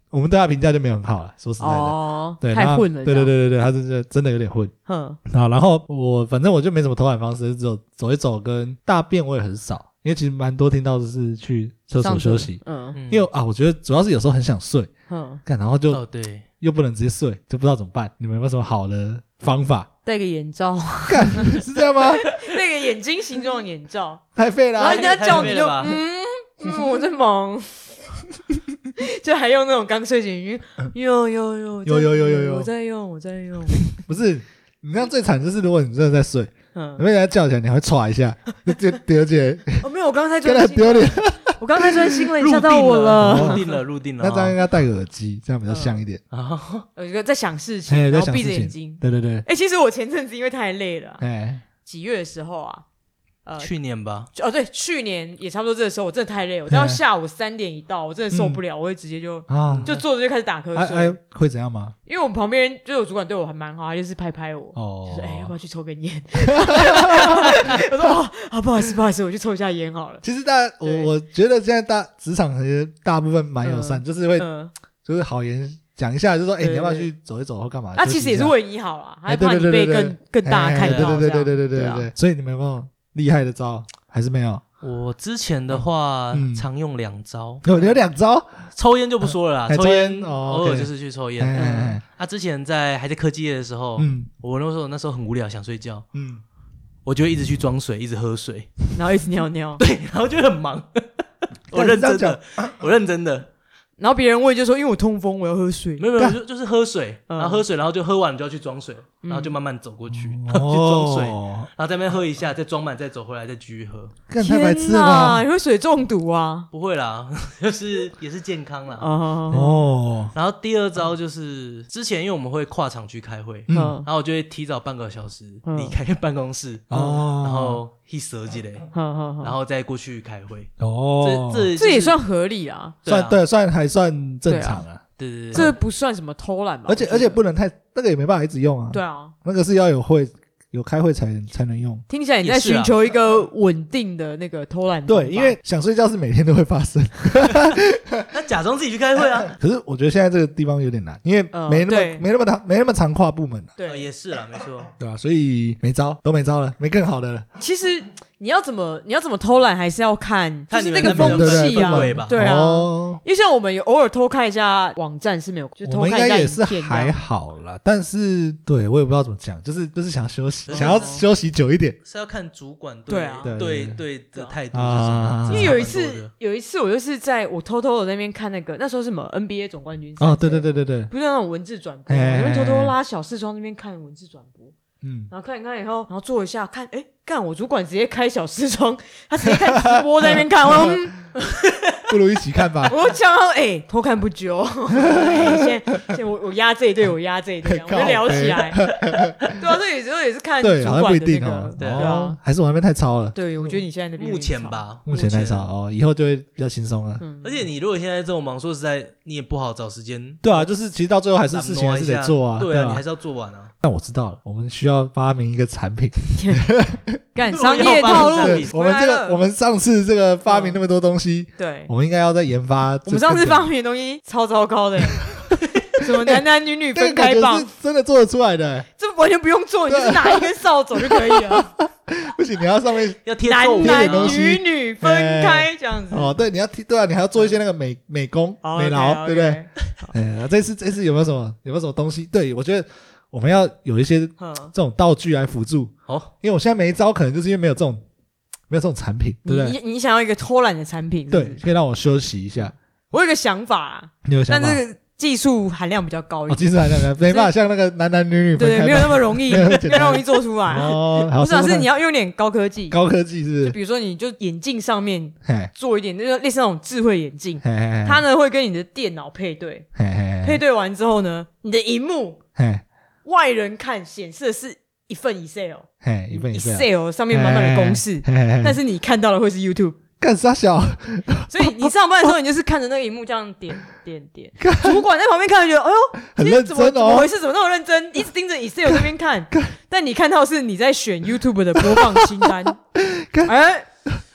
我们对他评价就没有很好了，说实在的，哦，对，太那混了，对对，对对对，他真的真的有点混。呵，好，然后我反正我就没什么偷懒方式，只有走一走跟大便我也很少，因为其实蛮多听到就是去厕所上休厕息，嗯，嗯因为啊，我觉得主要是有时候很想睡，哼，干然后就哦对，又不能直接睡，就不知道怎么办。你们有没有什么好的方法？ [LAUGHS] 戴个眼 [LAUGHS] 罩，干是这样吗？那个眼睛形状的眼罩，太废了然啊、后人家叫你太就太美嗯嗯，我在忙， [LAUGHS] 就还用那种刚睡醒音，有有有嗯有有有有有我在用我在用，不是。你这样最惨就是，如果你真的在睡，嗯 [LAUGHS] 你，被人家叫起来，你还会歘一下，就就丢 [LAUGHS] 姐，哦没有，我刚才跟专他心，丢脸。我刚才专心了，你入吓定到我了哦了。入定了，入定了。那这样应该戴个耳机，这样比较像一点。啊，有一个在想事哎情，在嗯然后想闭着事情眼睛。对对对，哎，其实我前阵子因为太累了啊，哎，几月的时候啊，呃，去年吧，哦对，去年也差不多这个时候，我真的太累了，我到嗯下午三点一到，我真的受不了，我会直接就啊，就坐着就开始打哎瞌嗯哎睡，会怎样吗？因为我们旁边就有主管对我还蛮好，他就是拍拍我，哦就，说：“哎、要不要去抽根 [LAUGHS] 烟？”我说：“哦，啊，不好意思，不好意思，我去抽一下烟好了。其实大我对我觉得现在大职场其实大部分蛮友善，就是会嗯，就是好言讲一下，就说哎、对你要不要对去走一走或干嘛？啊，休息其实也一是下为你好啦，还哎怕对你对对被对更更大哎看对到，对对对对对这对样对对。所以你们有没有厉害的招？还是没有？我之前的话嗯常用两招，有有两招，抽烟就不说了哎啦，抽烟烟哦偶尔 OK 就是去抽哎烟。哎嗯哎，啊，之前在还在科技业的时候，嗯我那时候那时候很无聊，想睡觉，嗯，我就一直去装水，一直喝 [LAUGHS] 水，然后一直 [LAUGHS] 尿尿，对，然后就很忙。我认真的，啊我认真的，然后别人问就说：“因为我痛风，我要喝水。没有没有，就就是喝水，嗯然后喝水，然后就喝完就要去装水，嗯然后就慢慢走过去，然后 [LAUGHS] 去装水，哦，然后在那边喝一下，再装满，再走回来，再继续喝。干”太天白痴了啊吧？你会水中毒啊！不会啦， [LAUGHS] 就是也是健康啦。哦，哦，然后第二招就是之前因为我们会跨厂区开会，嗯嗯然后我就会提早半个小时嗯离开办公室，哦，然后一折几嘞，好好好然后再过去开会。哦这，哦这就是这也算合理啊，啊算对算还算正常啊，对对对，这不算什么偷懒吧？而且我觉得而且不能太那个也没办法一直用啊，对啊，那个是要有会有开会才能才能用。听起来你在也是啊寻求一个稳定的那个偷懒方法。对，因为想睡觉是每天都会发生， [LAUGHS] [LAUGHS] 那假装自己去开会啊，可是我觉得现在这个地方有点难，因为嗯没那么、对没那么长没那么长跨部门了、 [LAUGHS] 啊对呃也是啦，没 [LAUGHS] 错。对吧、啊所以没招，都没招了，没更好的了。其实你要怎么你要怎么偷懒，还是要看就看是你那们个那风边的气啊氛围吧，对啊。哦，因为像我们有偶尔偷看一下网站是没有，就我偷们应看该一下也影是片这还样。好啊啦，但是对我也不知道怎么讲，就是就是想休息， [LAUGHS] 哦想要休息久一点。是要看主管对对啊对对对对的态度是啊什么。因这为有一是差蛮次多的，有一次我就是在我偷偷的那边看那个，那时候是什么 NBA 总冠军赛哦，对对，对对对，不是那种文字转播，我哎哎哎那边偷偷拉小视窗那边看文字转播，嗯，然后看一看以后，然后坐一下看，哎，干我主管直接开小视 [LAUGHS] 窗，他直接看直播在那边看，我说嗯。不如一起看吧 [LAUGHS] 我讲到哎，偷看不 [LAUGHS] 久，哎现在现在我我压这一对，我压这一 [LAUGHS] 对，我靠们就聊起来。对啊，这有时候也是看主对，好像不管一的那定哦个。。对啊哦，还是我那边太超了，对，我觉得你现在那边目前，吧，目前太超。哦，以后就会比较轻松了。嗯而且你如果现在这种忙，说实在，你也不好找时间。对啊，就是其实到最后还是打事情还一是下得做啊，对对啊，你啊还。是要做完啊。但我知道了，我们需要发明一个产品，干商业套路我要发对明，我们这回来个，了我们上次这个发明那么多东西，对我，们应该要再研发。嗯我们上次发 [LAUGHS] 明的东西超糟糕 [LAUGHS] 的，什么男男女女这个分感开觉棒是，真的做得出来的，这完全不用做，你就是拿一根扫帚就可以了。不行，你要上面要贴皱男纹点男东啊西，女女分开这样子。哦哦，对，你要贴对啊，你还要做一些那个美美工、好美劳， OK，OK 对不对？？哎，这次这次有没有什么有没有什么东西？对我觉得我们要有一些这嗯，种道具来辅助，哦，因为我现在没招，可能就是因为没有这种没有这种产品，对不你对？你你想要一个偷懒的产品？是不是对，可以让我休息一下。我有一个想法啊，你有想但法？这个技术含量比较高一哦，点，其实还 [LAUGHS] 那个没办法像那个男男女女分对开对，吧，没有那么容 [LAUGHS] 易，没有那没么有简那单么容易做出来。哦，好，不是说啊，说是看你要用点高科技，高科技是就不是？比如说你就眼镜上面嘿，做一点，就是类似那种智慧眼镜，嘿嘿嘿它呢会跟你的电脑配对，嘿嘿配嘿对完之后呢，你的荧幕嘿外人看显示的是一份 Excel。嘿，一份哎一份啊， Excel 上面满满的公式，嘿嘿嘿但是你看到的会是 YouTube，干啥小？所以你上班的时候，你就是看着那个荧幕这样点点 [LAUGHS] 点。主管在旁边看，觉得哎呦，很今天怎么认真哦怎么回事？怎么那么认真？一直盯着 Excel 这边 [LAUGHS] 看，但你看到是你在选 YouTube 的播放 [LAUGHS] 清单。哎，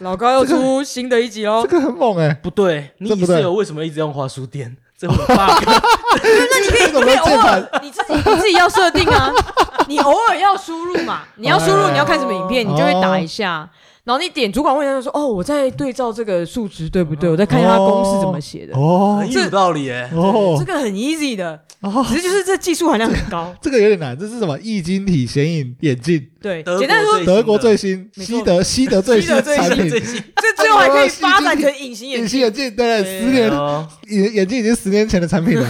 老高又出新的一集喽这。个很猛哎，不对，你这不对 Excel 为什么一直用花书店？ [LAUGHS] 这很 bug。那你可以 [LAUGHS] 这种可以偶键尔盘你自己你自己要设定啊， [LAUGHS] 你偶尔要输入嘛，你要输入哎你要看什么影片，你就会打一下。然后你点主管问他就说：“哦，我在对照这个数值对不对？我在看一下它公式怎么写的。哦很有道理耶。啊这哦个很 easy 的，哦，只是就是这技术含量很 [LAUGHS] 高。这个有点难，这是什么易晶体显影眼镜？对，德国简单说，最德国最新，没错西德西德最新西德最新 [LAUGHS] 产 [LAUGHS] 品，最新这最后还可以发展 [LAUGHS] 成隐形眼隐镜。形眼镜，对，对啊十年哦眼眼镜已经十年前的产品 [LAUGHS] 了，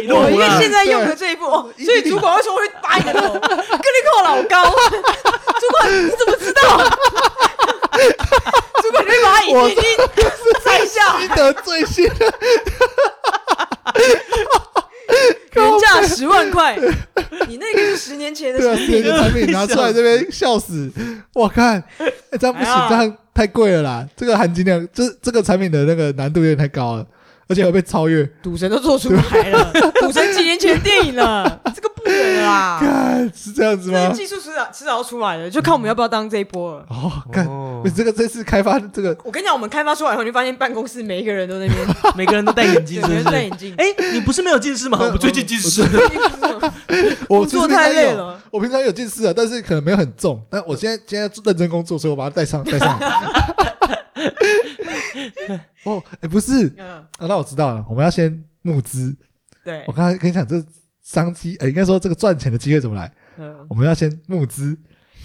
一路我因为啦现在用的这一步，哦，所以主管会说会打你的 [LAUGHS] 头，跟你扣老高。 [LAUGHS] 主管你怎么知道？ [LAUGHS] 主管你会把眼我睛摘下来西德最新的，原价十万块，你那个是十年前的 [LAUGHS] 对啊，产十年品前的产品拿出来这边笑死，我看，哎，这样不行哎呀，这样太贵了啦，这个含金量，这这个产品的那个难度有点太高了，而且会被超 [LAUGHS] 越，赌神都做出来 [LAUGHS] 了，赌神几年前的电影了，这个不 [LAUGHS] 远了啦，看是这样子这个吗？技术迟早迟早要出来的，就看我们要不要当这一波了。哦，看，哦这个这次开发这个我跟你讲，我们开发出来以后，你就发现办公室每一个人都 [LAUGHS] 在那边每个人都戴眼 [LAUGHS] 镜，有是不人是？戴眼镜，哎，你不是没有近视吗？我最近近视了。我工作其实平常太累有了。我平常有近视啊，但是可能没有很重。但我现在现在认真工作，所以我把它戴上戴 [LAUGHS] 上。哦，哎、不是、嗯，啊，那我知道了，我们要先募资。对我，刚才跟你讲，这商机，哎、应该说这个赚钱的机会怎么来？嗯，我们要先募资，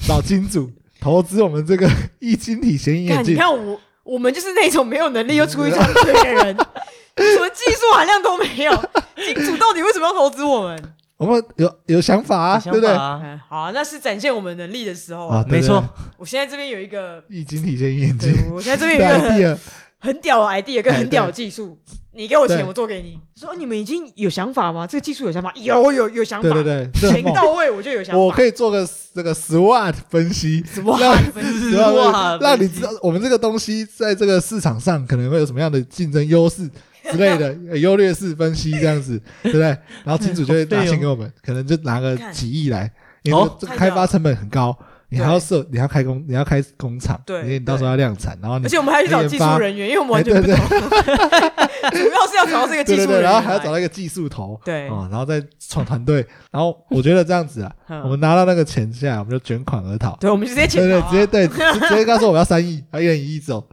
找金主投资我们这个 [LAUGHS] 易晶体显影眼看你镜。看我，我们就是那种没有能力又出一张嘴的 [LAUGHS] 人，什么技术含量都没有，金主到底为什么要投资我们？我们有有想法 [LAUGHS] 啊，对想不对？法啊，啊 [LAUGHS] 嗯，好啊，那是展现我们能力的时候啊。对没错，我现在这边有 [LAUGHS] 一个，对易晶体显影眼镜对，我现在这边有一个对 idea，哎很屌的 idea 跟很屌的技术，你给我钱，对我做给你。说哦你们已经有想法吗？这个技术有想法？有有有想法，对对对，这很钱猛。到位我就有想法。我可以做个这个 SWOT 分析， SWOT 让分析对啊哇让你知道我们这个东西在这个市场上可能会有什么样的竞争优势之类 [LAUGHS] 的，呃优劣势分析这样子，对不对？然后金主就会拿哦钱给我们，可能就拿个几亿来，因为哦这个开发成本很高，你还要设，你还要开工，你还要开工厂，对因为你到时候要量产，然后你而且我们还去找技术哎人员，因为我们完全不懂， [LAUGHS] 主要是要找到这个技对对术对，人员来，然后还要找到一个技术头，对哦，然后再创团队，然后我觉得这样子啊，嗯我们拿到那个钱下来，我们就卷款而逃。对，我们就直接对请对，好啊直接对，直直接跟他说我要三亿，他一人一亿走，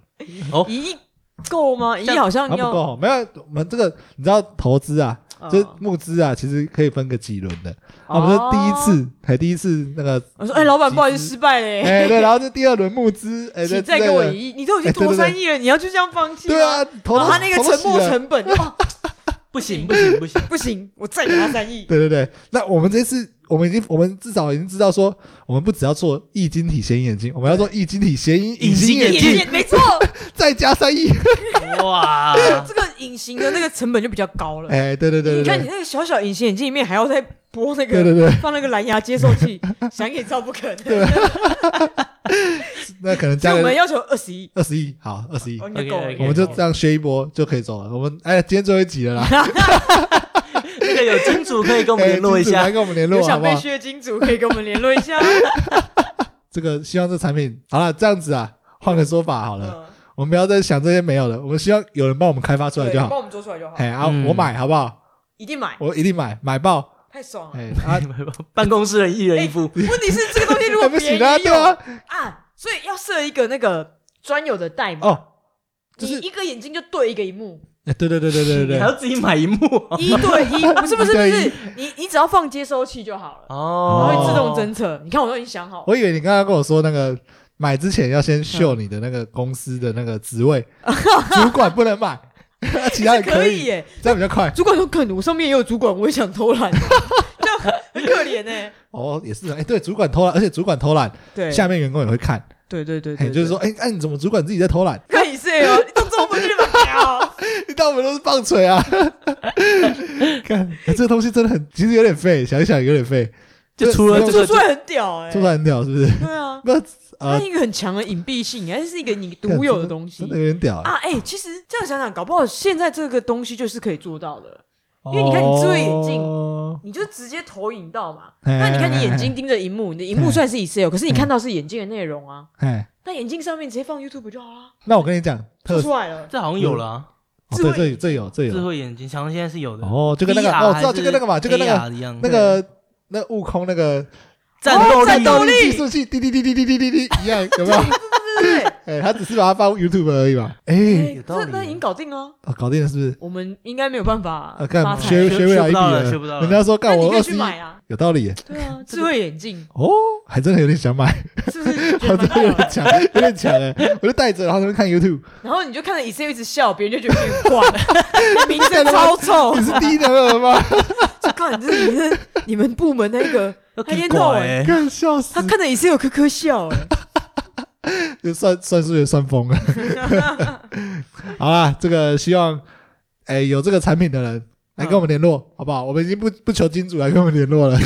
一亿够吗？一亿好像然后不要够，没有我们这个你知道投资啊，嗯就是募资啊，其实可以分个几轮的。啊我们是第一哦，次，还第一次那个，我说哎，老板不好意思，集失败资，了，嗯哎 [LAUGHS] 对，然后就第二轮募资，哎请对再给我之类的一亿，你都已经哎对对投对三亿了，你要就这样放弃吗？对啊，投到然后他那个投到沉洗没了啊成本，哦不行不行 [LAUGHS] 不行，不行，我再给他三亿。对对对，那我们这次我们已经我们至少已经知道说，我们不只要做易晶体显影眼镜，我们要做易晶体显影隐形眼眼镜镜，没错，再加三亿，哇，这个隐形的那个成本就比较高了。哎对对对你对看你对那个小小隐形眼镜里面还要再播那对个对对，啊放那个蓝牙接 [LAUGHS] 受器，想也知道不可能。那可能所以加我们个要求二十一，二十亿，好二十亿哦，应该够了。 OK，OK 我们就这样削一波就可以走了。我们哎，今天最后一集了啦，那个有金主可以跟我我们联络一下来，跟我们联有络好想不被好？削金主可以跟我们联络 [LAUGHS] 一下。这个希望这产品好了，这样子啊，换个说法好了，嗯我们不要再想这些没有的，我们希望有人帮我们开发出来对，就好帮。我们做出来就好哎，啊，嗯我买好不好？一定买，我一定买，买爆！太嗯爽了。哎啊， [LAUGHS] 办公室人一人一副，问题是这个东西如果哎不别行人哦啊，也对有啊，啊，所以要设一个那个专有的代嗯码，哦，就你是一个眼睛就对一个荧幕，哎对对对对对你对还要对，自己买一幕一对 [LAUGHS] 一，不是不一是不对哦一是，你你只要放接收器就好了。它哦会自动侦测。你看，我都已经想好了，我以为你刚刚跟我说那个嗯买之前要先秀你的那个公司的那个职位，主管不能买， [LAUGHS] 其他人可以，耶。这样比较快。主管有可能，我上面也有主管，我也想偷 [LAUGHS] 懒，这样很可怜哎。哦，也是，哎，对，主管偷懒，而且主管偷懒，对，下面员工也会看，对对对对，哎，对就是说，，哎，哎，你怎么主管自己在偷懒？可以睡 [LAUGHS] 哦，你动作不去哦嘛屌？你当我们都是棒槌啊？看，哎这个东西真的很，其实有点废，想一想有点废，就除了这做个出来很屌哎，突然很屌，是不是？对啊，不，它呃，一个很强的隐蔽性，还是一个你干独有的东西真的有点屌。啊。哎，其实这样想想，搞不好现在这个东西就是可以做到的。因为你看你遮眼镜哦你就直接投影到嘛。哎那你看你眼睛盯着荧幕，你的荧幕虽然是 Excel，可是你看到是眼镜的内容啊。哎，那眼镜上面直接放 YouTube 就好 [LAUGHS] 了，那我跟你讲，特做色出来了。 [LAUGHS] 这好像有了啊，哦智慧对，这里这有这智有慧眼睛好像现在是有的。哦，就跟那个 VR 哦，知道就跟那个嘛，还是就跟那个 AR 一样，那个那悟空那个战斗哦战斗力。力计数器滴滴滴滴滴滴滴滴一样，有没有？对对对哎，他只是把它放 YouTube 而已嘛。哎，对，哎有道理这那已经搞 [LAUGHS] 定了，哦搞定了是不是？我们应该没有办法啊，发干财。学学学位来一笔啊学不到了人家说那干你我可二以十去一，买啊。有道理耶。对啊，智慧眼镜哦， [LAUGHS] 还真的有点想 [LAUGHS] 买，是 [LAUGHS] 不是觉我得真蛮的好有点玩的？强，有点强哎！我就带着，然后他们看 YouTube，然后你就看着 Excel 一直笑，别人就觉得你怪， [LAUGHS] 你名声超臭你。是低能儿 [LAUGHS] 吗？就看你这你这你们部门那个，他烟斗哎，哎，看笑死 [LAUGHS] [LAUGHS] 他！看着 Excel 咯咯笑哎。就算算数学算疯了。哎好啦，这个希望哎、有这个产品的人来跟我们联络，嗯好不好？我们已经不不求金主来跟我们联络 [LAUGHS] 了，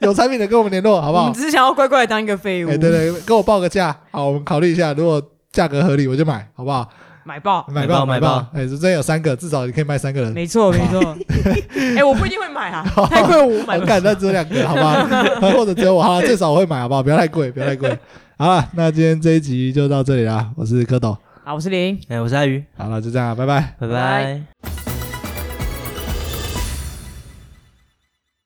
有产品的跟我们联络，好不我好们？只是想要乖乖地当一个废物哎、，对对，跟我报个价，好，我们考虑一下，如果价格合理，我就买，好不好？买爆。买爆买买爆爆！哎、这真有三个，至少你可以卖三个人。没错，没错。哎、我不一定会买 [LAUGHS] 啊，太贵我买我不起。敢，那只有两个，好吧？ [LAUGHS] 或者只有我，好啦，最少我会买，好不好？不要太贵，不要太贵。好了，那今天这一集就到这里啦。我是蝌蚪，好，我是林。哎，我是阿鱼，好了，就这样啦，拜拜。拜拜拜。